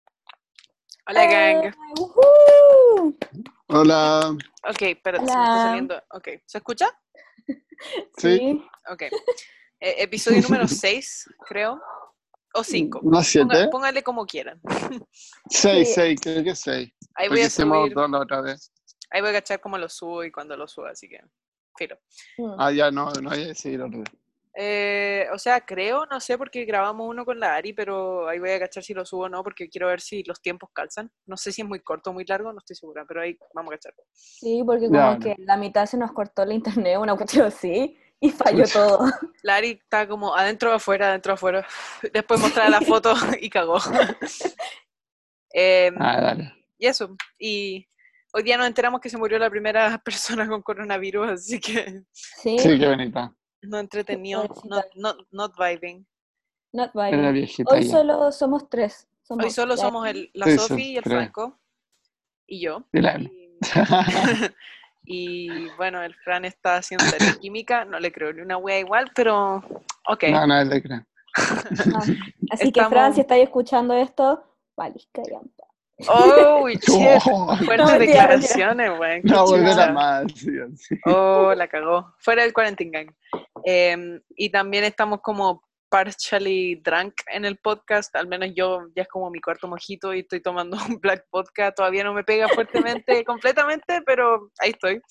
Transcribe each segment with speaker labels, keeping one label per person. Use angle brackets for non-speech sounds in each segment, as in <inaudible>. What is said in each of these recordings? Speaker 1: Eh,
Speaker 2: Hola, gang.
Speaker 3: Eh, ¡Woohoo!
Speaker 1: Hola.
Speaker 2: Ok, pero se me
Speaker 3: Hola.
Speaker 2: está saliendo. Ok, ¿se escucha?
Speaker 1: Sí.
Speaker 3: Sí.
Speaker 2: Ok. Eh, episodio
Speaker 1: <laughs>
Speaker 2: número 6, creo. O 5.
Speaker 1: ¿No es Mm, siete?
Speaker 2: póngale como quieran.
Speaker 1: Seis,
Speaker 3: Sí.
Speaker 1: seis, creo que seis.
Speaker 2: Ahí voy
Speaker 1: Porque
Speaker 2: a
Speaker 1: hicimos
Speaker 2: subir.
Speaker 1: dos la otra vez.
Speaker 2: Ahí voy a cachar cómo lo subo y cuando lo suba, así que. Filo.
Speaker 3: Mm.
Speaker 1: Ah, ya no, no había decidido el orden.
Speaker 2: Eh, o sea, creo, no sé, porque grabamos uno con la Ari, pero ahí voy a cachar si lo subo o no, porque quiero ver si los tiempos calzan. No sé si es muy corto o muy largo, no estoy segura, pero ahí vamos a cachar.
Speaker 3: Sí, porque como
Speaker 1: Ya,
Speaker 3: que la mitad se nos cortó el internet, una cuestión así, y falló todo.
Speaker 1: <laughs>
Speaker 2: La Ari está como adentro afuera, adentro afuera. <laughs> Después mostrar la foto <laughs> y cagó. Em,
Speaker 1: Ah, dale.
Speaker 2: Y eso. Y hoy día nos enteramos que se murió la primera <laughs> persona con coronavirus, así que <laughs>
Speaker 3: Sí,
Speaker 1: Sí, qué bonita.
Speaker 2: no entretenido,
Speaker 3: Pobrecita.
Speaker 2: not, not, not vibing.
Speaker 3: not
Speaker 1: Era
Speaker 3: vibing.
Speaker 1: viejita
Speaker 3: Hoy
Speaker 1: ya.
Speaker 3: solo somos tres. Somos
Speaker 2: Hoy solo
Speaker 3: la-
Speaker 2: somos el, la
Speaker 1: Sí, sí,
Speaker 2: Sofi y el
Speaker 1: creo.
Speaker 2: Franco y yo.
Speaker 1: Y la- <laughs>
Speaker 2: Y, <laughs> y bueno, el Fran está haciendo
Speaker 1: <laughs>
Speaker 2: la química, no le creo ni una wea igual, pero ok.
Speaker 1: No, no, es
Speaker 2: <laughs>
Speaker 1: de creo.
Speaker 3: Ah, Así que,
Speaker 2: Estamos-
Speaker 3: Fran, si estáis escuchando esto, valisca ya.
Speaker 1: <laughs>
Speaker 2: Oh, shit.
Speaker 1: Oh,
Speaker 2: Fuertes
Speaker 3: mentira, mentira.
Speaker 2: declaraciones, weón. qué
Speaker 1: no volver
Speaker 2: chucha.
Speaker 1: a más. sí, así.
Speaker 2: Oh, la cagó. Fuera del Quarantine Gang. Em, y también estamos como partially drunk en el podcast. Al menos yo ya es como mi cuarto mojito y estoy tomando <laughs> un black vodka. Todavía no me pega fuertemente, completamente, pero ahí estoy.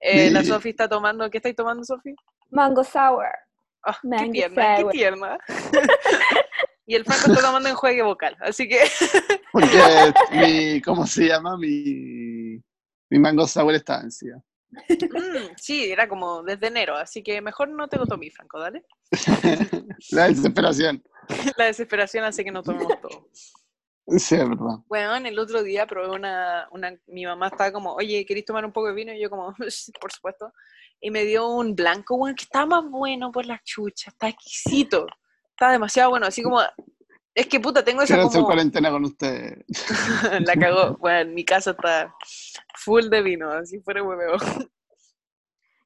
Speaker 2: Eh, la
Speaker 1: Sí.
Speaker 2: Sofi está tomando. ¿Qué estáis tomando, Sofi?
Speaker 3: Mango sour.
Speaker 2: Ah, qué
Speaker 3: Mango
Speaker 2: tierna, qué
Speaker 3: sour.
Speaker 2: tierna. <laughs> y el Franco está tomando enjuague vocal. Así que <laughs>
Speaker 1: Porque mi, ¿cómo se llama? Mi, mi mango sour está vencida.
Speaker 2: mm, sí, era como desde enero. Así que mejor no te lo tomes, Franco, dale.
Speaker 1: La desesperación.
Speaker 2: La desesperación hace que no tomemos todo.
Speaker 1: Sí, es verdad.
Speaker 2: Weón, el otro día probé una, una, mi mamá estaba como, oye, ¿queréis tomar un poco de vino? Y yo como, <laughs> "Sí, por supuesto. Y me dio un blanco, weón, que está más bueno por la chucha, está exquisito, está demasiado bueno, así como, es que puta, tengo esa
Speaker 1: Quiero hacer
Speaker 2: como,
Speaker 1: cuarentena con ustedes.
Speaker 2: <laughs> la cagó, weón, mi casa está full de vino, así fuera hueveo.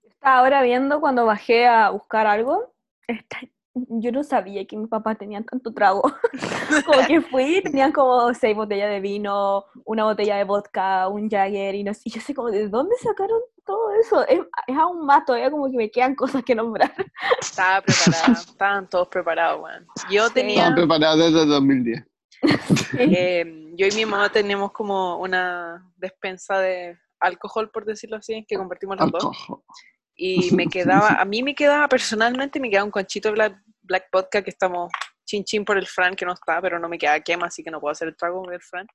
Speaker 3: Estaba ahora viendo cuando bajé a buscar algo. está- Yo no sabía que mis papás tenían tanto trago. <laughs> como que fui, tenían como seis botellas de vino, una botella de vodka, un Jagger, y, no, sé- y yo sé como, ¿de dónde sacaron todo eso? Es, es aún más, todavía como que me quedan cosas que nombrar.
Speaker 2: Estaba preparada,
Speaker 1: <laughs>
Speaker 2: estaban todos preparados, weón. Yo tenía...
Speaker 1: Estamos preparados desde 2010.
Speaker 2: Eh, yo y mi mamá tenemos como una despensa de alcohol, por decirlo así, que compartimos los dos.
Speaker 1: Alcohol.
Speaker 2: Y
Speaker 1: <laughs>
Speaker 2: me quedaba, a mí me quedaba personalmente, me quedaba un conchito de Black, Black Vodka que estamos chin chin por el Fran, que no está, pero no me queda quema, así que no puedo hacer el trago del Fran.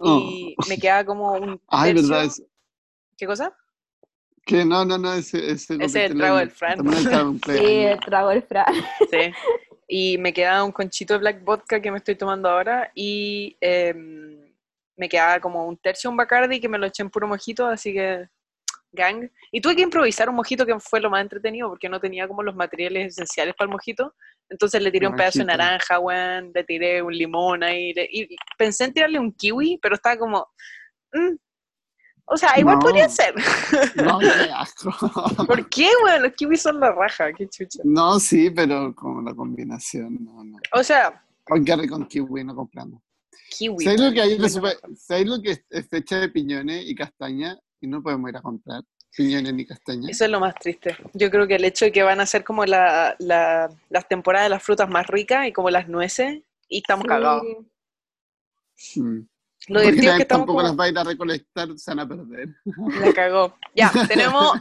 Speaker 2: Y me quedaba como un.
Speaker 1: Oh. <laughs> Ay,
Speaker 2: tercio-
Speaker 1: verdad, Ah, es-
Speaker 2: ¿Qué cosa?
Speaker 1: Que no, no, no, ese, ese,
Speaker 2: Ese es el trago del Fran.
Speaker 1: También el trago del
Speaker 3: Sí, <laughs> el
Speaker 1: cumpleaños.
Speaker 3: trago del Fran.
Speaker 2: Sí. Y me quedaba un conchito de Black Vodka que me estoy tomando ahora y em, me quedaba como un tercio de un Bacardi que me lo eché en puro mojito, así que gang. Y tuve que improvisar un mojito que fue lo más entretenido porque no tenía como los materiales esenciales para el mojito. Entonces le tiré un pedazo de
Speaker 1: Mojito.
Speaker 2: naranja, weón, le tiré un limón ahí. le- y y pensé en tirarle un kiwi, pero estaba como... mm, O sea, igual
Speaker 1: No.
Speaker 2: podría ser. <laughs>
Speaker 1: <laughs> No, qué asco.
Speaker 2: ¿Por qué, weón? Los kiwis son la raja, qué chucha.
Speaker 1: No, sí, pero como la combinación, no, no.
Speaker 2: O sea,
Speaker 1: Aunque rico con kiwi no compramos.
Speaker 2: kiwi.
Speaker 1: ¿Sabes lo que hay
Speaker 2: weón,
Speaker 1: de
Speaker 2: kiwi no
Speaker 1: super- ¿Sabes lo que es- es fecha de piñones y castaña? Y no podemos ir a comprar piñones ni castañas.
Speaker 2: Eso es lo más triste. Yo creo que el hecho de que van a ser como la, la- las temporadas de las frutas más ricas y como las nueces, y estamos cagados.
Speaker 3: Sí.
Speaker 1: Mm.
Speaker 2: Lo
Speaker 1: Porque
Speaker 2: divertido es que
Speaker 1: nadie
Speaker 2: estamos
Speaker 1: tampoco
Speaker 2: como...
Speaker 1: las va a ir a recolectar, se van a perder.
Speaker 2: La cagó.
Speaker 1: <laughs>
Speaker 2: Ya, tenemos...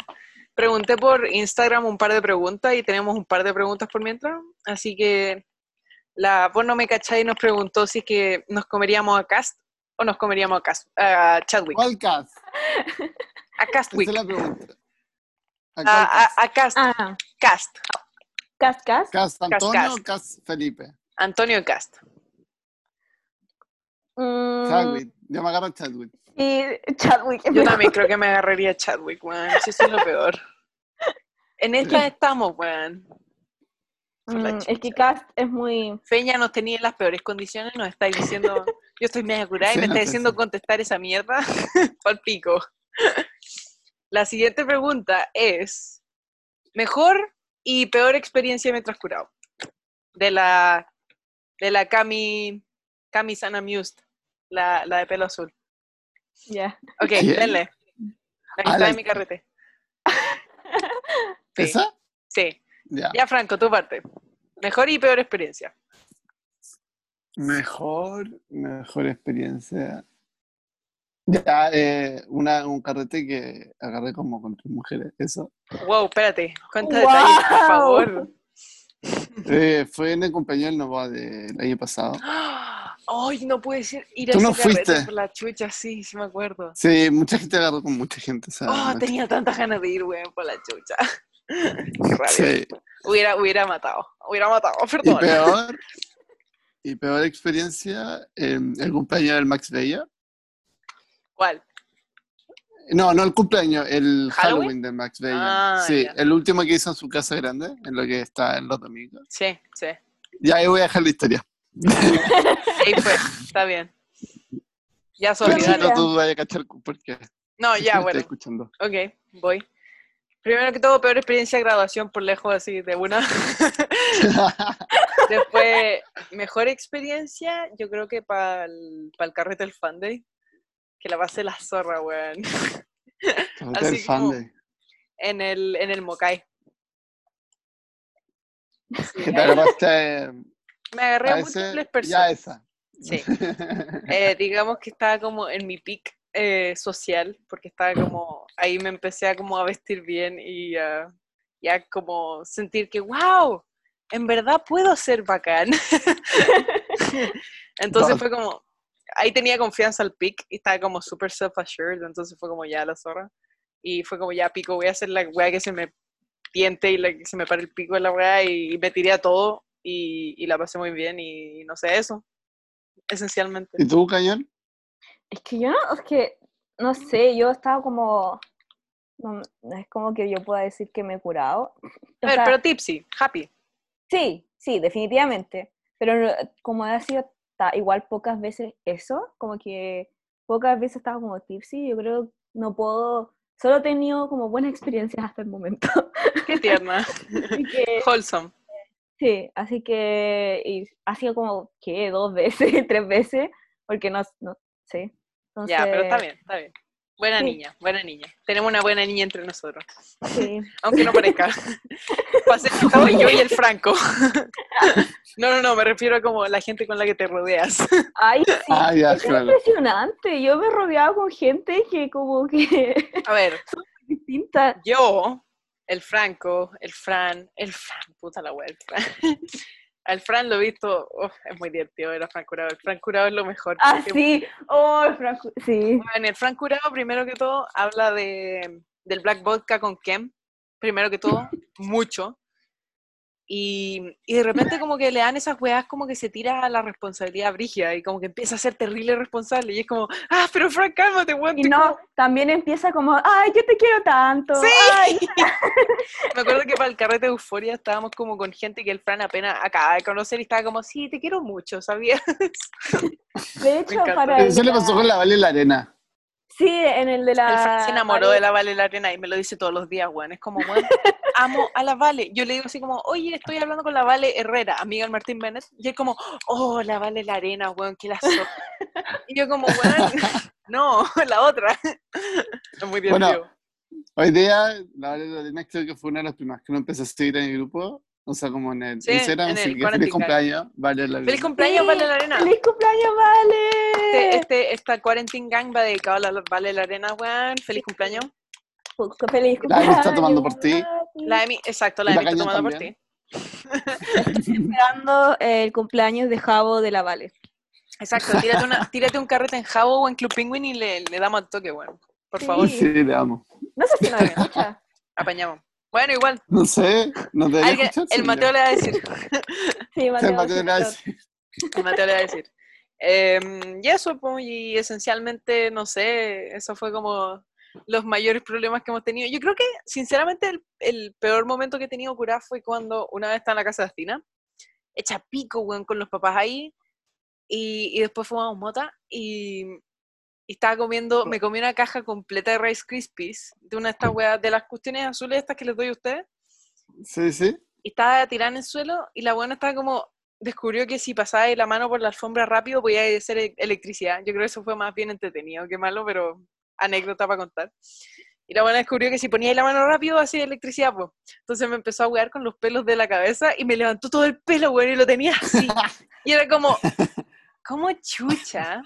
Speaker 2: Pregunté por Instagram un par de preguntas y tenemos un par de preguntas por mientras. Así que la vos no me cacháis nos preguntó si es que nos comeríamos a Cast o nos comeríamos a, Cast, a Chadwick.
Speaker 1: ¿Cuál cas?
Speaker 2: A
Speaker 1: Esa
Speaker 2: Castwick.
Speaker 1: es la pregunta. ¿A cuál
Speaker 2: A,
Speaker 1: cas?
Speaker 2: a, a Cast.
Speaker 3: Ah,
Speaker 2: Cast.
Speaker 3: cas, cas.
Speaker 1: ¿Cas Antonio
Speaker 2: Cas.
Speaker 1: o cas Felipe?
Speaker 2: Antonio Cast.
Speaker 3: Mm,
Speaker 1: Chadwick. Yo me agarro a Chadwick.
Speaker 3: Y Chadwick.
Speaker 2: Yo también creo que me agarraría a Chadwick, weón. Eso es lo peor. En esta estamos, weón.
Speaker 3: Mm,
Speaker 2: la
Speaker 3: es que
Speaker 2: chucha.
Speaker 3: Cast es muy.
Speaker 2: Feña nos tenía en las peores condiciones, nos estáis diciendo, yo estoy media curada y
Speaker 1: Sí,
Speaker 2: me
Speaker 1: no
Speaker 2: estáis
Speaker 1: sé,
Speaker 2: diciendo
Speaker 1: sí.
Speaker 2: contestar esa mierda. <laughs> Pal pico. La siguiente pregunta es, mejor y peor experiencia mientras curado. De la, de la Cami, Cami San Amused, La, la de pelo azul.
Speaker 3: Ya.
Speaker 2: Ok,
Speaker 1: ¿Quién?
Speaker 2: denle. La que
Speaker 1: Ah,
Speaker 2: está
Speaker 1: la-
Speaker 2: en mi carrete. Sí,
Speaker 1: ¿Esa?
Speaker 2: Sí.
Speaker 1: Ya.
Speaker 2: Ya, Franco, tu parte. Mejor y peor experiencia.
Speaker 1: Mejor, mejor experiencia. Ya, eh, una, un carrete que agarré como con tres mujeres, eso.
Speaker 2: Wow, espérate. Cuenta
Speaker 3: Wow.
Speaker 2: detalles, por favor.
Speaker 1: Eh, fue en el cumpleaños del Nova del año pasado.
Speaker 2: Ay, no pude ir, ir a
Speaker 1: Tú
Speaker 2: ese
Speaker 1: no
Speaker 2: carrete
Speaker 1: fuiste.
Speaker 2: por la chucha, sí, sí me acuerdo.
Speaker 1: Sí, mucha gente agarró con mucha gente, o sea,
Speaker 2: Oh,
Speaker 1: Ah, no-
Speaker 2: tenía tantas ganas de ir, weón, por la chucha. <laughs> Qué rabia.
Speaker 1: sí.
Speaker 2: Hubiera, hubiera matado. Hubiera matado,
Speaker 1: Y
Speaker 2: perdón.
Speaker 1: peor, y peor experiencia, eh, el cumpleaños del Max Bella.
Speaker 2: ¿Cuál?
Speaker 1: No, no el cumpleaños, el
Speaker 2: ¿Halloween?
Speaker 1: Halloween, de Max Bella.
Speaker 2: Ah,
Speaker 1: sí,
Speaker 2: ya.
Speaker 1: el último que hizo en su casa grande, en lo que está en los domingos.
Speaker 2: Sí, sí.
Speaker 1: Y ahí voy a dejar la historia.
Speaker 2: Ahí fue. Está bien. Ya se
Speaker 3: Pero
Speaker 1: Pero si
Speaker 2: olvidaron.
Speaker 1: no,
Speaker 3: mira.
Speaker 1: tú vayas a cachar porque
Speaker 2: No, ya,
Speaker 1: me
Speaker 2: bueno.
Speaker 1: está escuchando.
Speaker 2: <laughs> Ok, voy. Primero que todo, peor experiencia de graduación por lejos, así de una. Después, mejor experiencia, yo creo que para el carrete del Fun Day, que la pasé la zorra, weón.
Speaker 1: Carrete del
Speaker 2: Así como-
Speaker 1: Fande.
Speaker 2: En el, en el Mokai.
Speaker 1: Que te agarraste eh,
Speaker 2: Me agarré a
Speaker 1: a ese,
Speaker 2: múltiples
Speaker 1: ya
Speaker 2: personas.
Speaker 1: esa.
Speaker 2: Sí. Eh, digamos que estaba como en mi pic eh, social, porque estaba como, ahí me empecé a como a vestir bien y a, y a como sentir que, wow, en verdad puedo ser bacán. <laughs> entonces
Speaker 1: God.
Speaker 2: fue como, ahí tenía confianza al pic y estaba como super self-assured, entonces fue como ya la zorra. Y fue como ya pico, voy a hacer la weá que se me tiente y la, que se me para el pico de la weá y, me tiré a todo y, y la pasé muy bien y no sé eso, esencialmente.
Speaker 1: <laughs> ¿Y tú, Cañón?
Speaker 3: Es que yo no, es que, no sé, yo estaba como, no, no es como que yo pueda decir que me he curado. O
Speaker 2: A ver,
Speaker 3: sea,
Speaker 2: pero tipsy, happy.
Speaker 3: sí, sí, definitivamente. Pero no- como ha sido ta- igual pocas veces eso, como que pocas veces estaba como tipsy, yo creo no puedo, solo he tenido como buenas experiencias hasta el momento. <laughs>
Speaker 2: Qué tierna.
Speaker 3: Así que,
Speaker 2: Wholesome.
Speaker 3: Sí, así que y ha sido como que dos veces, <laughs> tres veces, porque no, no sé. Entonces,
Speaker 2: Ya, pero está bien, está bien. Buena
Speaker 3: Sí.
Speaker 2: niña, buena niña. Tenemos una buena niña entre nosotros,
Speaker 3: Sí.
Speaker 2: aunque no
Speaker 3: <laughs>
Speaker 2: parezca. Pasé todo yo y el Franco. <laughs> No, no, no, me refiero a como la gente con la que te rodeas.
Speaker 3: Ay, sí.
Speaker 1: Ah, ya,
Speaker 2: <laughs>
Speaker 3: es
Speaker 1: claro.
Speaker 3: impresionante. Yo me rodeaba con gente que como que <laughs>
Speaker 2: A ver,
Speaker 3: distinta.
Speaker 2: yo, el Franco, el Fran, el Fran, puta la wea, el Fran. <laughs> Al Fran lo he visto, uf, es muy divertido ver a Fran Curado. El Fran Curado es lo mejor.
Speaker 3: Ah,
Speaker 2: porque,
Speaker 3: sí. Oh, Franco. Sí.
Speaker 2: Bueno, el Frank Curado, primero que todo, habla de, del Black Vodka con Kem, primero que todo, mucho. Y, y de repente como que le dan esas weas como que se tira a la responsabilidad brígida y como que empieza a ser terrible responsable y es como, ah, pero Frank, cálmate, weón.
Speaker 3: Y
Speaker 2: te
Speaker 3: no, también empieza como, ay, yo te quiero tanto.
Speaker 2: Sí.
Speaker 3: ay".
Speaker 2: <laughs> Me acuerdo que para el carrete de Euforia estábamos como con gente que el Fran apenas acaba de conocer y estaba como, sí, te quiero mucho, ¿sabías?
Speaker 3: De hecho,
Speaker 2: encanta.
Speaker 3: para el
Speaker 1: Eso
Speaker 3: de
Speaker 1: le pasó
Speaker 3: la-
Speaker 1: con la Vale y la Arena.
Speaker 3: Sí, en el de la...
Speaker 2: El Fran se enamoró de la Vale la Arena y me lo dice todos los días, weón. Es como, weón, amo a la Vale. Yo le digo así como, oye, estoy hablando con la Vale Herrera, amiga del Martín Bennett. Y él como, oh, la Vale la Arena, weón, que la zorra. Y yo como, weón, no, <laughs> la otra. Es muy divertido.
Speaker 1: Bueno. Hoy día, la Vale y la Arena creo que fue una de las primeras que no empecé a seguir en el grupo. O sea, como en el
Speaker 2: Sí,
Speaker 1: Instagram,
Speaker 2: en el
Speaker 1: así que
Speaker 2: Quaranticar.
Speaker 1: feliz cumpleaños, Vale y la Arena.
Speaker 2: Feliz cumpleaños,
Speaker 3: Sí,
Speaker 2: Vale la Arena.
Speaker 3: ¡Feliz cumpleaños, Vale!
Speaker 2: Este, este- esta Quarantine Gang va dedicado a la Vale la Arena, weón. Feliz cumpleaños.
Speaker 3: Pues, qué feliz
Speaker 1: La Emi
Speaker 3: cumpleaños.
Speaker 1: está tomando por ti.
Speaker 3: papi.
Speaker 2: La Emi, exacto, la
Speaker 1: Y la
Speaker 2: Emi está
Speaker 1: Cañón
Speaker 2: tomando por ti.
Speaker 1: también.
Speaker 3: Esperando el cumpleaños de Javo de la Vale.
Speaker 2: Exacto, tírate, una- tírate un carrete en Jabo o en Club Penguin y le, le damos al toque, weón. Por
Speaker 3: Sí.
Speaker 2: favor,
Speaker 1: Sí, le amo.
Speaker 3: No sé si nos escucha.
Speaker 2: apañamos. Bueno, igual,
Speaker 1: No sé, no debería
Speaker 2: Alguien-
Speaker 1: escuchar.
Speaker 2: el Mateo le va a decir.
Speaker 1: <laughs>
Speaker 3: Sí, Mateo.
Speaker 1: El Mateo le va a decir.
Speaker 2: El Mateo le va a decir. Em, y eso, po, y esencialmente, no sé, eso fue como los mayores problemas que hemos tenido. Yo creo que, sinceramente, el, el peor momento que he tenido curada fue cuando una vez estaba en la casa de Astina, hecha pico, weón, con los papás ahí, y, y después fumamos mota, y, y estaba comiendo, me comí una caja completa de Rice Krispies, de una de estas weas, de las cuestiones azules estas que les doy a ustedes,
Speaker 1: Sí, sí.
Speaker 2: y estaba tirada en el suelo y la buena estaba como, descubrió que si pasaba la mano por la alfombra rápido podía hacer e- electricidad. Yo creo que eso fue más bien entretenido que malo, pero anécdota para contar. Y la buena descubrió que si ponía ahí la mano rápido hacía electricidad, pues. Entonces me empezó a huear con los pelos de la cabeza y me levantó todo el pelo, weón, y lo tenía así. Y era como, ¿cómo chucha?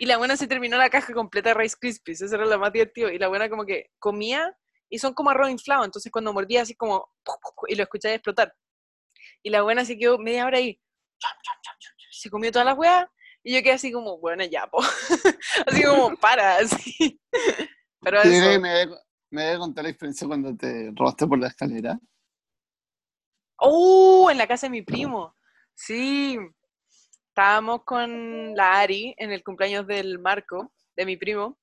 Speaker 2: Y la buena se terminó la caja completa de Rice Krispies, esa era la más divertida. Y la buena como que comía y son como arroz inflado, entonces cuando mordía así como, y lo escuchaba explotar. Y la buena se quedó media hora ahí. chon, chon, chon, chon, chon, Se comió todas las weas. Y yo quedé así como, bueno, ya, po. <laughs> así como, para, así. Pero
Speaker 1: Yo creo que
Speaker 2: eso.
Speaker 1: me debe, me debe contar la experiencia cuando te robaste por la escalera. <laughs>
Speaker 2: ¡Uh! En la casa de mi primo. Sí. Estábamos con la Ari en el cumpleaños del Marco, de mi primo.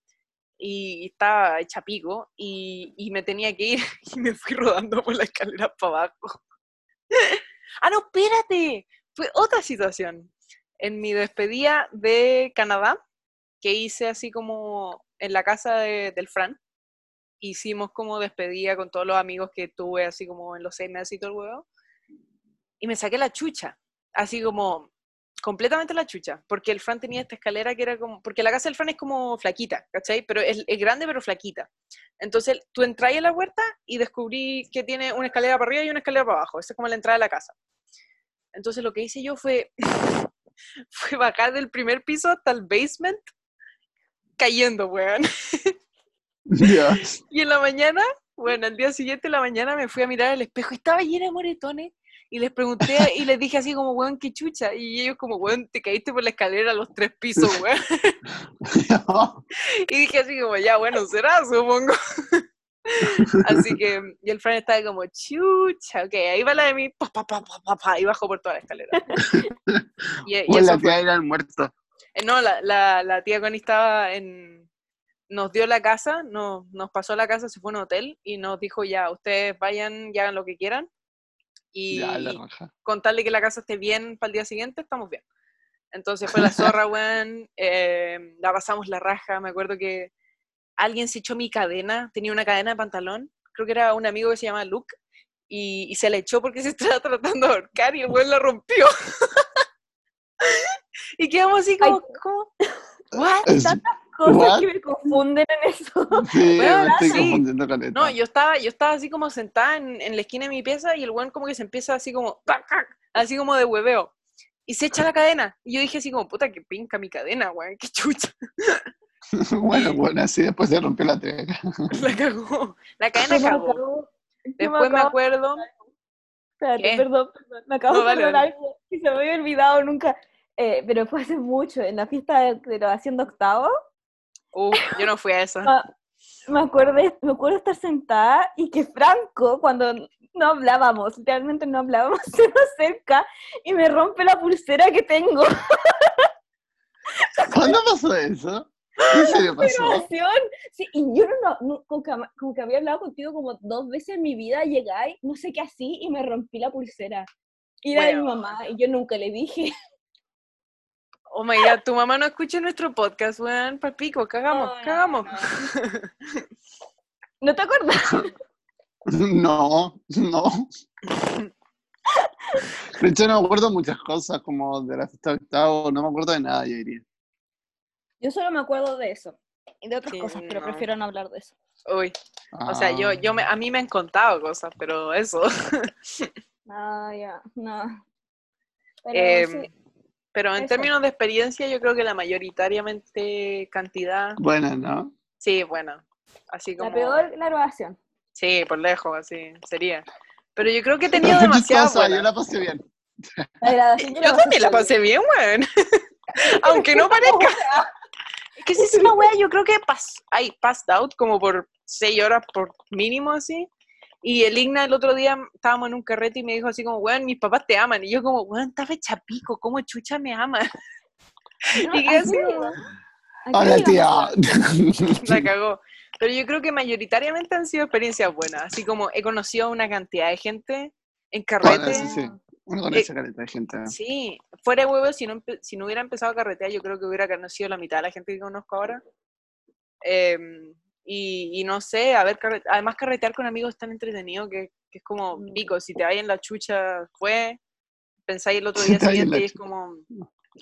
Speaker 2: Y estaba hecha pico. Y, y me tenía que ir. <laughs> Y me fui rodando por la escalera para abajo. <laughs> ¡Ah, no, espérate! Fue otra situación. En mi despedida de Canadá, que hice así como en la casa de- del Fran, hicimos como despedida con todos los amigos que tuve, así como en los seis meses y todo el huevo. Y me saqué la chucha, así como completamente la chucha, porque el Fran tenía esta escalera que era como, porque la casa del Fran es como flaquita, ¿cachai? Pero es, es grande pero flaquita. Entonces tú entras a la huerta y descubrí que tiene una escalera para arriba y una escalera para abajo. Esa es como la entrada de la casa. Entonces lo que hice yo fue, <laughs> fue bajar del primer piso hasta el basement cayendo, weón.
Speaker 1: Dios.
Speaker 2: Y en la mañana, bueno, al día siguiente en la mañana me fui a mirar al espejo, estaba llena de moretones y les pregunté y les dije así como, weón, qué chucha. Y ellos como, weón, te caíste por la escalera a los tres pisos, weón. Y dije así como, ya, bueno, será, supongo. <laughs> Así que, y el Fran estaba como, chucha, ok, ahí va la de mí, pa, pa, pa, pa, pa, pa, y bajo por toda la escalera. Y, <laughs> y
Speaker 1: O
Speaker 2: eso
Speaker 1: la
Speaker 2: fue.
Speaker 1: tía era el muerto.
Speaker 2: Eh, No, la, la, la tía Connie estaba en... Nos dio la casa, no, nos pasó la casa, se fue a un hotel y nos dijo ya, ustedes vayan y hagan lo que quieran. Y
Speaker 1: Ya, la raja.
Speaker 2: contarle que la casa esté bien para el día siguiente, estamos bien. Entonces fue la zorra,
Speaker 1: <laughs>
Speaker 2: weón, eh, la pasamos la raja, me acuerdo que alguien se echó mi cadena, tenía una cadena de pantalón, creo que era un amigo que se llama Luke, y, y se la echó porque se <laughs> estaba tratando de ahorcar y el weón la rompió. <laughs> y quedamos así como, ¿cómo? ¿What?
Speaker 1: Es-
Speaker 3: Cosas
Speaker 1: What?
Speaker 3: que me confunden en eso.
Speaker 1: Sí,
Speaker 2: Bueno,
Speaker 1: me estoy
Speaker 2: sí.
Speaker 1: confundiendo con
Speaker 2: No, yo estaba, yo estaba así como sentada en, en la esquina de mi pieza y el weón como que se empieza así como, ¡tac, tac! así como de hueveo. Y se echa la cadena. Y yo dije así como, puta, que pinca mi cadena, weón, qué
Speaker 3: <laughs>
Speaker 2: chucha.
Speaker 1: <laughs> Bueno, bueno, así después se rompió la teca.
Speaker 2: La cagó. La
Speaker 3: Yo
Speaker 2: cadena
Speaker 3: me
Speaker 2: cagó.
Speaker 3: acabo- yo
Speaker 2: Después me
Speaker 3: acabo-
Speaker 2: acuerdo,
Speaker 3: Espérate,
Speaker 2: ¿Qué?
Speaker 3: perdón, perdón, me acabo
Speaker 2: No,
Speaker 3: de
Speaker 2: dale,
Speaker 3: acordar
Speaker 2: dale.
Speaker 3: algo que se me había olvidado nunca. Eh, pero fue hace mucho, en la fiesta de graduación de octavo,
Speaker 2: uh, yo no fui a esa.
Speaker 3: Ah, me acuerdo, me acuerdo estar sentada y que Franco, cuando no hablábamos, literalmente no hablábamos, <laughs> se me acerca y me rompe la pulsera que tengo.
Speaker 1: <laughs> ¿Cuándo pasó eso? ¿En serio pasó?
Speaker 3: grabación. Sí, y yo no, no- como, que, ama- como que había hablado contigo como dos veces en mi vida, llegáis, no sé qué así, y me rompí la pulsera. Y era de mi
Speaker 2: Bueno.
Speaker 3: mamá, y yo nunca le dije.
Speaker 2: Oh my god, tu mamá no escucha nuestro podcast, weón, palpico, cagamos,
Speaker 3: No, no,
Speaker 2: cagamos.
Speaker 3: <laughs> ¿No te acordás?
Speaker 1: No, no. De hecho, no me acuerdo muchas cosas, como de la fiesta de octavo, no me acuerdo de nada, yo diría.
Speaker 3: Yo solo me acuerdo de eso. Y de otras
Speaker 2: Sí,
Speaker 3: cosas, pero
Speaker 2: no.
Speaker 3: prefiero no hablar de eso.
Speaker 2: Uy, o sea, yo, yo me, a mí me han contado cosas, pero eso. <laughs>
Speaker 3: No, ya, no. Pero
Speaker 2: Em,
Speaker 3: sí,
Speaker 2: pero en
Speaker 3: eso.
Speaker 2: términos de experiencia, yo creo que la mayoritariamente cantidad
Speaker 1: Ah, Bueno, ¿no?
Speaker 2: Sí, bueno, así como...
Speaker 3: la peor, la grabación.
Speaker 2: Sí, por lejos, así sería. Pero yo creo que he tenido demasiado
Speaker 1: Chistosa, Yo
Speaker 2: buena.
Speaker 1: la pasé bien.
Speaker 3: La grabación
Speaker 2: <laughs> Yo también la pasé bien, weón. <laughs> Aunque no parezca. Es que si es una wea, yo creo que pas ay, passed out como por seis horas por mínimo, así. Y el Igna el otro día estábamos en un carrete y me dijo así como, weón, mis papás te aman. Y yo como, weón, estás fecha pico, ¿cómo chucha me ama? <laughs> Y quedé así como-
Speaker 1: Hola, tía.
Speaker 2: <laughs> La cagó. Pero yo creo que mayoritariamente han sido experiencias buenas. Así como he conocido a una cantidad de gente en carrete.
Speaker 1: Bueno, eso Ah, sí. Uno
Speaker 2: Eh,
Speaker 1: con esa careta de gente.
Speaker 2: Sí, fuera de huevo, si no, empe- si no hubiera empezado a carretear, yo creo que hubiera conocido la mitad de la gente que conozco ahora. Em, y, y no sé, a ver, carre- además carretear con amigos es tan entretenido que, que es como,
Speaker 3: Mm.
Speaker 2: pico, si te vayas en la chucha, fue. pensáis
Speaker 1: <laughs>
Speaker 2: el otro día
Speaker 1: Está bien
Speaker 2: siguiente y
Speaker 1: la
Speaker 2: es como,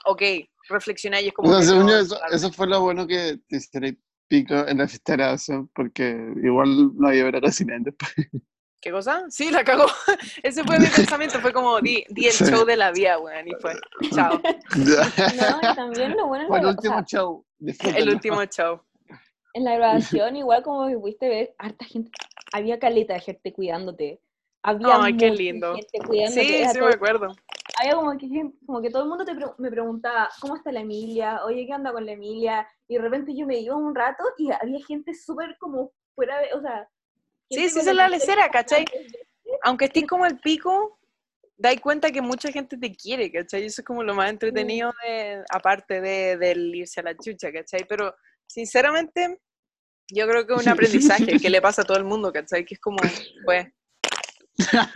Speaker 2: ok, reflexionáis y es como...
Speaker 1: O sea,
Speaker 2: que
Speaker 1: según
Speaker 2: no,
Speaker 1: yo, eso,
Speaker 2: claro.
Speaker 1: eso fue lo bueno que te hiciera pico en la fiesta de graduación, porque igual no iba a ver a los después.
Speaker 2: <laughs> ¿Qué cosa? Sí, la cagó. <laughs> Ese fue
Speaker 1: <laughs>
Speaker 2: mi pensamiento, fue como, di, di el
Speaker 1: Sí.
Speaker 2: show de la vida, weón, y fue,
Speaker 1: <laughs>
Speaker 2: chao,
Speaker 3: No, y también lo bueno es
Speaker 1: Bueno,
Speaker 3: que, o
Speaker 1: último
Speaker 3: sea,
Speaker 1: show.
Speaker 2: el último show.
Speaker 3: en la grabación igual como que pudiste ver harta gente, había caleta de gente cuidándote. Había
Speaker 2: Ay, qué
Speaker 3: mucha
Speaker 2: lindo.
Speaker 3: gente cuidándote.
Speaker 2: Sí,
Speaker 3: era
Speaker 2: sí
Speaker 3: todo-
Speaker 2: me acuerdo.
Speaker 3: había como que, gen- como que todo el mundo te pre- me preguntaba, ¿cómo está la Emilia? Oye, ¿qué anda con la Emilia? Y de repente yo me iba un rato y había gente súper como fuera de, o sea...
Speaker 2: Sí,
Speaker 3: gente
Speaker 2: sí,
Speaker 3: con
Speaker 2: esa es la
Speaker 3: que estoy
Speaker 2: lesera, ¿cachai?
Speaker 3: hablando.
Speaker 2: Aunque estés como el pico, dais cuenta que mucha gente te quiere, ¿cachai? Y Eso es como lo más entretenido, de- aparte de, del irse a la chucha, ¿cachai? Pero, sinceramente, yo creo que
Speaker 3: <laughs>
Speaker 2: es un aprendizaje que le pasa a todo el mundo, ¿cachai? Que es como, pues,
Speaker 3: <laughs>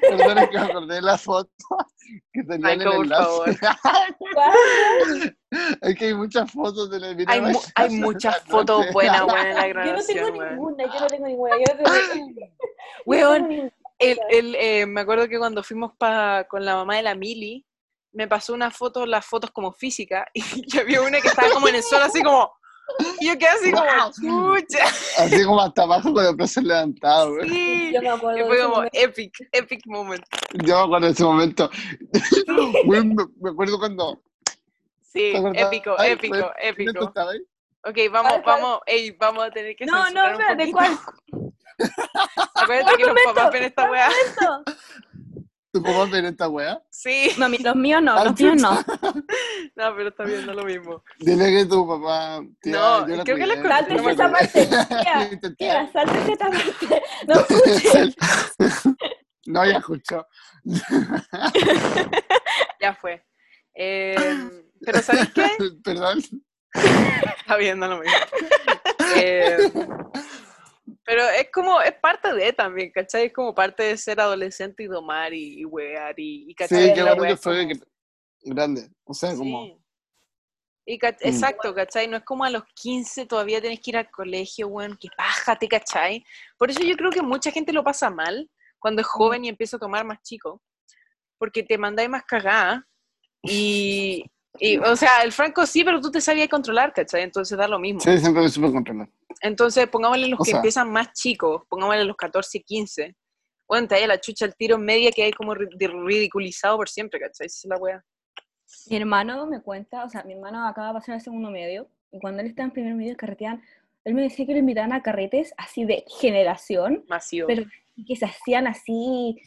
Speaker 1: Perdón, es que me acordé de la foto <laughs> que tenía en el
Speaker 2: Michael, por
Speaker 1: enlace. <laughs>
Speaker 3: ¿Cuál?
Speaker 1: es que hay muchas fotos de la Emilia
Speaker 2: hay, mu-
Speaker 1: Machado
Speaker 2: hay
Speaker 1: esa <laughs>
Speaker 2: muchas
Speaker 1: noche.
Speaker 2: fotos pues. buenas, weón, en la
Speaker 3: Yo no tengo
Speaker 2: grabación, weón.
Speaker 3: ninguna, yo no tengo ninguna, yo no
Speaker 2: <laughs>
Speaker 3: tengo ninguna.
Speaker 2: Weón,
Speaker 3: Yo no tengo
Speaker 2: El, el, eh, me acuerdo que cuando fuimos pa- con la mamá de la Mili, me pasó una foto, las fotos como física, <laughs> y, había una que estaba como en el sol, así como. Y yo quedé así como, chucha,
Speaker 1: Así como hasta abajo con los brazos levantados. güey.
Speaker 2: sí.
Speaker 3: ninguna. Yo me acuerdo
Speaker 2: Y
Speaker 3: de
Speaker 2: fue
Speaker 3: ese
Speaker 2: como
Speaker 3: momento.
Speaker 2: epic, epic moment.
Speaker 1: Yo me acuerdo de ese momento. <laughs> Güey, me, me acuerdo cuando.
Speaker 2: Sí,
Speaker 1: ¿Te acordás?
Speaker 2: épico,
Speaker 1: Ay,
Speaker 2: épico, épico.
Speaker 1: estaba ahí?
Speaker 2: Ok, vamos,
Speaker 3: ¿Cuál, cuál?
Speaker 2: vamos, ey, vamos a tener que
Speaker 3: No, no,
Speaker 2: censurar un
Speaker 3: espérate,
Speaker 2: poquito. <laughs>
Speaker 3: ¿cuál?
Speaker 2: Acuérdate que los
Speaker 3: momento,
Speaker 2: papás ven esta weá.
Speaker 3: <laughs> Eso.
Speaker 1: ¿Tu papá ver esta weá?
Speaker 2: Sí,
Speaker 3: Mami, los míos no,
Speaker 1: Ah,
Speaker 3: los míos no.
Speaker 2: no, pero está bien, no es lo mismo.
Speaker 1: Dile que tu papá. tía,
Speaker 2: No,
Speaker 1: yo la
Speaker 2: creo que
Speaker 1: cuidé.
Speaker 2: la
Speaker 3: Salte
Speaker 2: No me
Speaker 3: esa parte.
Speaker 1: <laughs>
Speaker 3: Tía,
Speaker 1: Intenté.
Speaker 3: tía,
Speaker 2: <laughs>
Speaker 3: salte esa parte. <laughs> No escuches.
Speaker 1: <laughs> No, ya escuchó.
Speaker 2: Ya fue. Eh, pero ¿sabes qué?
Speaker 1: <laughs> Perdón.
Speaker 2: Está bien, no lo mismo. Eh, pero es como, es parte de también, ¿cachai? Es como parte de ser adolescente y domar y, y wear y, y
Speaker 1: Sí,
Speaker 2: ¿cachai?
Speaker 1: qué
Speaker 2: La
Speaker 1: bueno
Speaker 2: wea
Speaker 1: que
Speaker 2: es
Speaker 1: fue
Speaker 2: como-
Speaker 1: gr- grande. O sea, como.
Speaker 2: Sí. Y cach-
Speaker 1: Mm.
Speaker 2: Exacto, ¿cachai? No es como a los 15 todavía tenés que ir al colegio, weón, que pájate, ¿cachai? Por eso yo creo que mucha gente lo pasa mal cuando es joven y empieza a tomar más chico, porque te mandáis más cagada
Speaker 1: <laughs>
Speaker 2: y, y, o sea, el Franco sí, pero tú te sabías controlar, ¿cachai? Entonces da lo mismo.
Speaker 1: Sí, siempre me supe controlar.
Speaker 2: Entonces, pongámosle los
Speaker 1: O
Speaker 2: que
Speaker 1: sea-
Speaker 2: empiezan más chicos, pongámosle los 14, 15. Bueno, te da la chucha el tiro en media que hay como ri- de- ridiculizado por siempre, ¿cachai? Esa es la wea.
Speaker 3: Mi hermano me cuenta, o sea, mi hermano acaba de pasar al segundo medio, y cuando él estaba en primer medio carretean, él me decía que lo invitaban a carretes así de generación,
Speaker 2: Masivo.
Speaker 3: pero que se hacían así,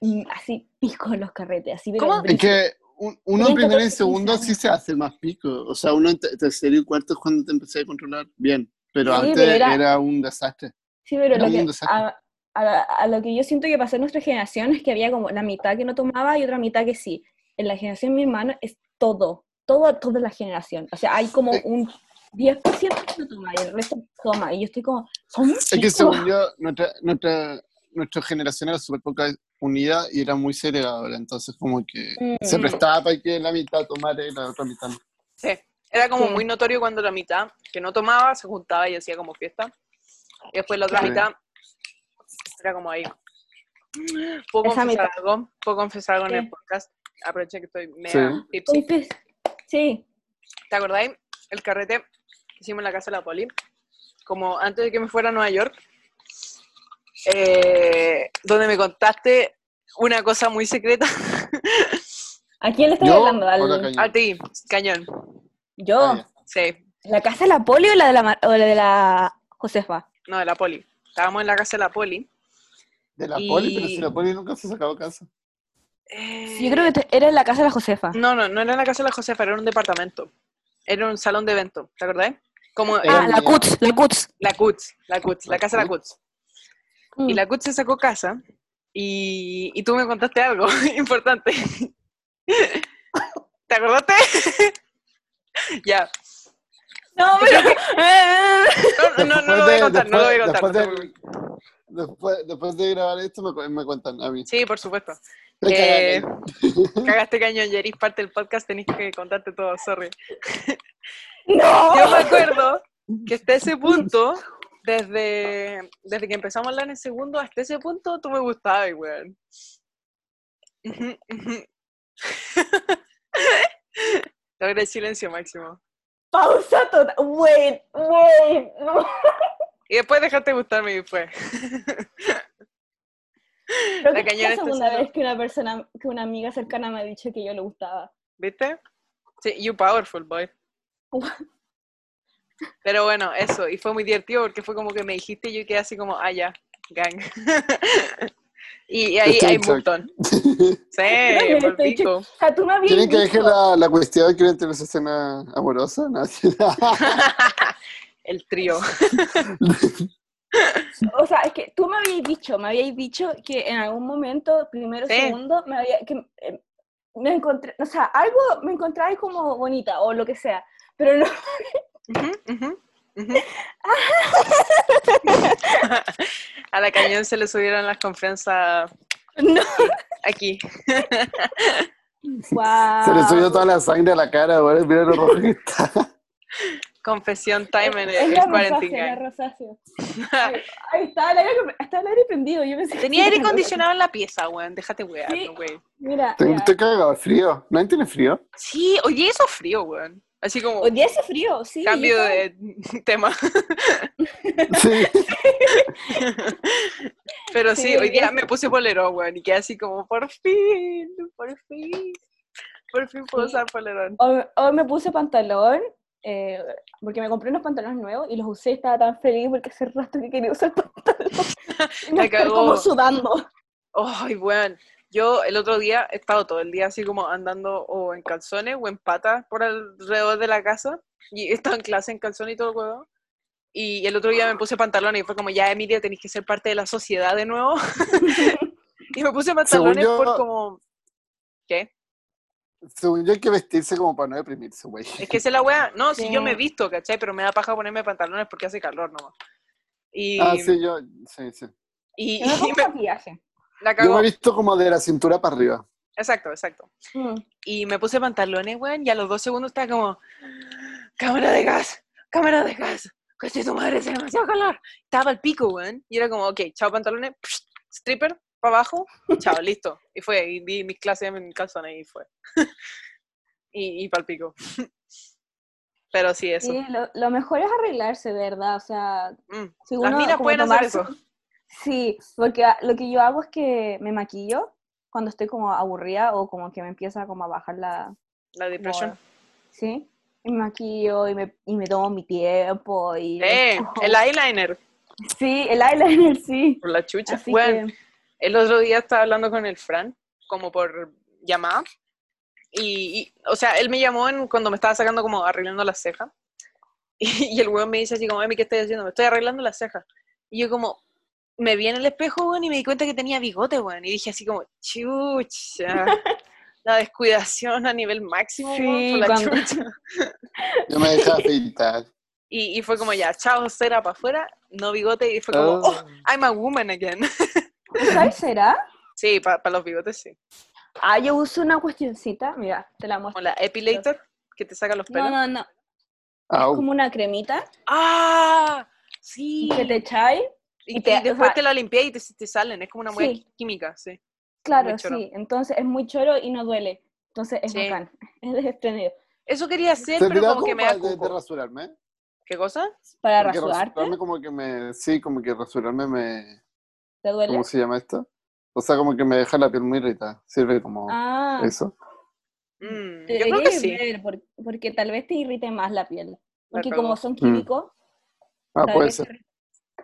Speaker 3: mm, así picos los carretes, así de
Speaker 2: ¿Cómo?
Speaker 3: los
Speaker 1: Es
Speaker 3: brígidos.
Speaker 1: que un- uno
Speaker 3: Tenían
Speaker 1: en primero y en
Speaker 3: 14,
Speaker 1: segundo
Speaker 3: 15
Speaker 1: sí se hace más pico. O sea, uno en te- tercero y cuarto es cuando te empecé a controlar bien. Pero
Speaker 3: Sí,
Speaker 1: antes
Speaker 3: pero era-
Speaker 1: era... un desastre.
Speaker 3: Sí, pero
Speaker 1: Era
Speaker 3: lo
Speaker 1: un
Speaker 3: que,
Speaker 1: desastre.
Speaker 3: a, a- a lo que yo siento que pasó en nuestra generación es que había como la mitad que no tomaba y otra mitad que sí. En la generación de mi hermano es todo, todo, toda la generación. O sea, hay como
Speaker 1: Eh.
Speaker 3: un 10% que no toma y el resto toma. Y yo estoy como, son
Speaker 1: Es que
Speaker 3: chicos.
Speaker 1: según yo, nuestra, nuestra, nuestra generación era súper poca unida y era muy segregadora. Entonces, como que se
Speaker 3: Mm,
Speaker 1: prestaba para que la mitad tomara y la otra mitad no.
Speaker 2: Sí. Era como
Speaker 3: Sí.
Speaker 2: muy notorio cuando la mitad que no tomaba se juntaba y hacía como fiesta. Y después la otra
Speaker 1: Claro.
Speaker 2: mitad era como ahí. ¿Puedo
Speaker 3: Esa
Speaker 2: confesar
Speaker 3: mitad.
Speaker 2: algo? ¿Puedo confesar algo en el
Speaker 3: ¿Qué?
Speaker 2: podcast? Aprovecha que estoy media
Speaker 1: Sí.
Speaker 2: tipsy.
Speaker 3: soy pes- Sí,
Speaker 2: ¿Te acordáis? El carrete que hicimos en la casa de la Poli. Como antes de que me fuera a Nueva York. eh, donde me contaste una cosa muy secreta.
Speaker 3: ¿a quién le estoy
Speaker 1: ¿Yo
Speaker 3: hablando? Al-
Speaker 1: o la caña?
Speaker 2: A ti, Ah, cañón.
Speaker 3: yo.
Speaker 1: Ah, ya.
Speaker 2: Sí.
Speaker 3: ¿La casa de la Poli o la de la, Mar- o la, de la Josefa?
Speaker 2: No, de la Poli. Estábamos en la casa de la Poli.
Speaker 1: De la
Speaker 2: Y-
Speaker 1: poli, pero si la poli nunca se sacaba casa.
Speaker 3: Sí, Yo creo que te- era en la casa de la Josefa.
Speaker 2: No, no, no era en la casa de la Josefa, era un departamento. Era un salón de evento, ¿te acordás? Como
Speaker 3: Ah,
Speaker 2: eh,
Speaker 3: la CUTS, la CUTS.
Speaker 2: la CUTS, la CUTS, la casa de la CUTS. Y
Speaker 3: Mm.
Speaker 2: la CUT se sacó casa y, y tú me contaste algo <laughs> importante. ¿Te acordaste? <laughs> ya.
Speaker 3: No,
Speaker 2: <laughs>
Speaker 3: pero...
Speaker 2: No, no, no, no lo voy a contar, no lo voy a contar.
Speaker 1: Después
Speaker 2: no te
Speaker 1: de,
Speaker 2: preocupes.
Speaker 1: después, después de grabar esto me, cu- me cuentan a mí.
Speaker 2: Sí, por supuesto.
Speaker 1: Me
Speaker 2: Eh,
Speaker 1: cagaron.
Speaker 2: Cagaste cañón, Yeris, parte del podcast, tenés que contarte todo, sorry.
Speaker 3: <laughs> ¡No!
Speaker 2: Yo me <laughs> acuerdo que hasta ese <laughs> punto, <laughs> desde, desde que empezamos a hablar en segundo, hasta ese punto tú me gustabas, weón. Ujú, ujú. Logra el silencio máximo.
Speaker 3: Pausa total. Wait, wait. no.
Speaker 2: Y después dejaste gustarme y fue.
Speaker 3: Creo
Speaker 2: La este
Speaker 3: que es
Speaker 2: cañona
Speaker 3: la
Speaker 2: está
Speaker 3: segunda
Speaker 2: haciendo-
Speaker 3: vez que una persona, que una amiga cercana me ha dicho que yo le gustaba.
Speaker 2: ¿Viste? Sí, you powerful <laughs> boy. Pero bueno, eso. Y fue muy divertido porque fue como que me dijiste y yo quedé así como, ah, ya, gang. <laughs> y, y ahí
Speaker 1: Estoy
Speaker 2: hay
Speaker 1: en
Speaker 2: un
Speaker 1: shock.
Speaker 2: montón. Sí,
Speaker 3: Dame,
Speaker 2: por
Speaker 3: estoy
Speaker 2: pico.
Speaker 3: O sea, tú me habías
Speaker 1: ¿Quieren que deje
Speaker 3: dicho-
Speaker 1: la, la cuestión que una interpretación amorosa? No, <laughs> sí.
Speaker 2: <laughs> El trío.
Speaker 3: O sea, es que tú me habías dicho, me habías dicho que en algún momento, primero,
Speaker 2: Sí.
Speaker 3: segundo, me había, que eh, me encontré, o sea, algo me encontraba ahí como bonita o lo que sea, pero no, <laughs>
Speaker 2: Ujú, ujú, ujú. <laughs> A la cañón se le subieron las confianzas <laughs>
Speaker 3: no.
Speaker 2: aquí.
Speaker 1: Se le subió
Speaker 3: Guau.
Speaker 1: toda la sangre a la cara, güey. Mira lo rojo
Speaker 2: <laughs>
Speaker 1: que está.
Speaker 2: Confesión time en el,
Speaker 3: Es
Speaker 2: el
Speaker 3: la
Speaker 2: quarantine
Speaker 3: rosácea, la
Speaker 2: gang. <laughs>
Speaker 3: rosácea. Ahí, ahí estaba el aire, estaba el aire prendido, yo pensé que
Speaker 2: Tenía
Speaker 3: <laughs>
Speaker 2: aire
Speaker 3: era la rosácea.
Speaker 2: acondicionado en la pieza, weón. Déjate wear,
Speaker 3: Sí.
Speaker 2: weón.
Speaker 3: Mira,
Speaker 1: Tengo-
Speaker 3: ya.
Speaker 1: Estoy cagado de frío. ¿Nadie tiene
Speaker 2: <laughs>
Speaker 1: frío?
Speaker 2: Sí, oye, eso frío, weón. Así como
Speaker 3: Hoy día hace frío, sí. yo
Speaker 2: cambio
Speaker 3: estaba-
Speaker 2: de <laughs> tema.
Speaker 1: Sí.
Speaker 2: Pero sí,
Speaker 3: Sí,
Speaker 2: hoy día
Speaker 3: es-
Speaker 2: me puse bolero, weón. Y quedé así como, por fin, por fin. Por fin puedo
Speaker 3: Sí.
Speaker 2: usar polerón.
Speaker 3: Hoy, hoy me puse pantalón, eh, porque me compré unos pantalones nuevos y los usé y estaba tan feliz porque hace rato que quería usar <laughs> pantalón.
Speaker 2: <laughs> La
Speaker 3: Y me estoy
Speaker 2: cagó.
Speaker 3: como sudando.
Speaker 2: <laughs> Ay, weón. Yo el otro día he estado todo el día así como andando o en calzones o en patas por alrededor de la casa. Y he estado en clase en calzones y todo el huevo. Y el otro día me puse pantalones y fue como, ya Emilia, tenés que ser parte de la sociedad de nuevo. <laughs> y me puse pantalones
Speaker 1: yo-
Speaker 2: por como... ¿Qué?
Speaker 1: Según yo hay que vestirse como para no deprimirse, güey.
Speaker 2: Es que esa es la weá. No, si yo me he
Speaker 3: Sí.
Speaker 2: visto, ¿cachai? Pero me da paja ponerme pantalones porque hace calor nomás. Y,
Speaker 1: Ah, sí, yo. Sí, sí.
Speaker 2: y,
Speaker 1: <laughs>
Speaker 3: Yo me
Speaker 2: y
Speaker 3: pongo
Speaker 2: me-
Speaker 3: maquillaje.
Speaker 2: la
Speaker 1: Yo
Speaker 2: cagó.
Speaker 1: me he visto como de la cintura para arriba.
Speaker 2: Exacto, exacto.
Speaker 3: Mm.
Speaker 2: Y me puse pantalones, weón, y a los dos segundos estaba como, cámara de gas, cámara de gas, casi tu madre, hace demasiado calor. Estaba al pico, weón. Y era como, ok, chao pantalones, psh, stripper, para abajo,
Speaker 3: <laughs>
Speaker 2: chao, listo. Y fue, y di mis clases en calzones y fue. <laughs> y, y pa'l pico. <laughs> Pero sí, eso.
Speaker 3: Sí, lo, lo mejor es arreglarse, de ¿verdad? O sea,
Speaker 2: Mm.
Speaker 3: si
Speaker 2: Las
Speaker 3: uno
Speaker 2: minas
Speaker 3: como
Speaker 2: pueden hacer
Speaker 3: tomarse-
Speaker 2: eso.
Speaker 3: Sí, porque a- lo que yo hago es que me maquillo cuando estoy como aburrida o como que me empieza como a bajar la...
Speaker 2: La depresión.
Speaker 3: ¿Sí? Y me maquillo y me, y me tomo mi tiempo y...
Speaker 2: Eh,
Speaker 3: <laughs>
Speaker 2: el eyeliner,
Speaker 3: Sí, el eyeliner, sí.
Speaker 2: por la chucha.
Speaker 3: Así
Speaker 2: Weón,
Speaker 3: que...
Speaker 2: El otro día estaba hablando con el Fran, como por llamada. Y, y, o sea, él me llamó en- cuando me estaba sacando como arreglando las cejas. <laughs> Y, y el weón me dice así como, Emi, ¿qué estás haciendo? Me estoy arreglando las cejas. Y yo como, me vi en el espejo, weón, y me di cuenta que tenía bigote, weón. Y dije así como,
Speaker 3: <laughs>
Speaker 2: chucha. La descuidación a nivel máximo, weón,
Speaker 3: Sí,
Speaker 2: por la
Speaker 3: cuando-
Speaker 2: chucha.
Speaker 1: Yo me dejé afeitar.
Speaker 2: Y, y fue como ya, chao, cera para afuera, no bigote. Y fue <laughs> <laughs> como, oh,
Speaker 1: Ah.
Speaker 2: I'm a woman again. <laughs>
Speaker 3: ¿Usar será?
Speaker 2: Sí, para los bigotes sí.
Speaker 3: Ah, yo uso una cuestioncita, mira, te la
Speaker 2: Como
Speaker 3: muestro.
Speaker 2: la epilator, que te saca los pelos.
Speaker 3: No, no, no.
Speaker 1: Au.
Speaker 3: Como una cremita
Speaker 2: ¡Ah! Sí.
Speaker 3: que te echáis
Speaker 2: y,
Speaker 3: y te-
Speaker 2: y después
Speaker 3: o sea-
Speaker 2: te la limpié y te, te salen. Es como una muela
Speaker 3: Sí.
Speaker 2: química, sí.
Speaker 3: Claro,
Speaker 2: choro.
Speaker 3: sí. Entonces es muy choro y no duele. Entonces es
Speaker 2: Sí.
Speaker 3: bacán. <laughs> Es desprendido.
Speaker 2: Eso quería hacer, pero
Speaker 1: ¿Servirá
Speaker 2: como
Speaker 1: como
Speaker 2: que me
Speaker 1: para
Speaker 2: da
Speaker 1: de, de
Speaker 2: cuco.
Speaker 1: rasurarme?
Speaker 2: ¿Qué cosa?
Speaker 3: Para
Speaker 1: Porque
Speaker 3: rasurarte,
Speaker 1: rasurarme como que me... Sí, como que rasurarme me...
Speaker 3: te duele.
Speaker 1: ¿Cómo se llama esto? O sea, como que me deja la piel muy irritada. Sirve como
Speaker 3: Ah,
Speaker 1: eso.
Speaker 2: Mm, yo creo que
Speaker 3: deberías
Speaker 2: sí.
Speaker 3: ver, por- porque tal vez te irrite más la piel. Porque
Speaker 2: cagó.
Speaker 3: como son químicos,
Speaker 1: Ah,
Speaker 3: tal
Speaker 1: puede
Speaker 3: vez te
Speaker 1: ser.
Speaker 3: irri-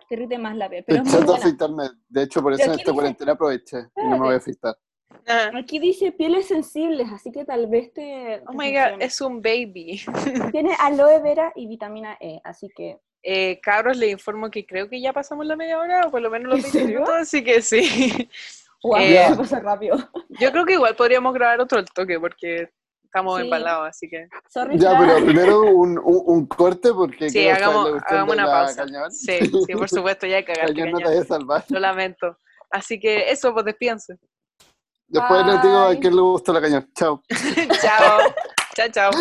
Speaker 3: te irrite más la piel. Pero es
Speaker 1: Estoy
Speaker 3: muy
Speaker 1: chato de
Speaker 3: buena.
Speaker 1: afeitarme. De hecho, por
Speaker 3: Pero
Speaker 1: eso en
Speaker 3: aquí
Speaker 1: esta
Speaker 3: dice-
Speaker 1: cuarentena aproveché y no me voy a afeitar.
Speaker 2: Ah,
Speaker 3: Aquí dice pieles sensibles, así que tal vez te.
Speaker 2: Oh
Speaker 3: te
Speaker 2: my
Speaker 3: funcione.
Speaker 2: god, es un baby. <laughs>
Speaker 3: Tiene aloe vera y vitamina E, así que.
Speaker 2: Eh, cabros, les informo que creo que ya pasamos la media hora o por lo menos los
Speaker 3: ¿En
Speaker 2: 20
Speaker 3: serio?
Speaker 2: minutos, así que sí. <laughs>
Speaker 3: ¡Wow!
Speaker 2: Eh,
Speaker 3: <laughs> se pasó rápido.
Speaker 2: Yo creo que igual podríamos grabar otro al toque porque estamos
Speaker 3: Sí.
Speaker 2: embalados, así que.
Speaker 3: Sorry,
Speaker 1: Ya,
Speaker 3: Fran.
Speaker 1: pero primero un, un, un corte porque...
Speaker 2: Sí,
Speaker 1: quiero saber la
Speaker 2: hagamos,
Speaker 1: cuestión
Speaker 2: hagamos
Speaker 1: de
Speaker 2: una
Speaker 1: la
Speaker 2: pausa.
Speaker 1: Cañón. <laughs>
Speaker 2: Sí, sí, por supuesto, ya cagaste.
Speaker 1: Cañón no te
Speaker 2: cañón.
Speaker 1: vaya a salvar.
Speaker 2: Lo lamento. Así que eso, pues despídense.
Speaker 1: Después les digo a
Speaker 3: Bye.
Speaker 2: <laughs>
Speaker 1: quién le gusta la cañón. Chao.
Speaker 2: chao. Chao, chao.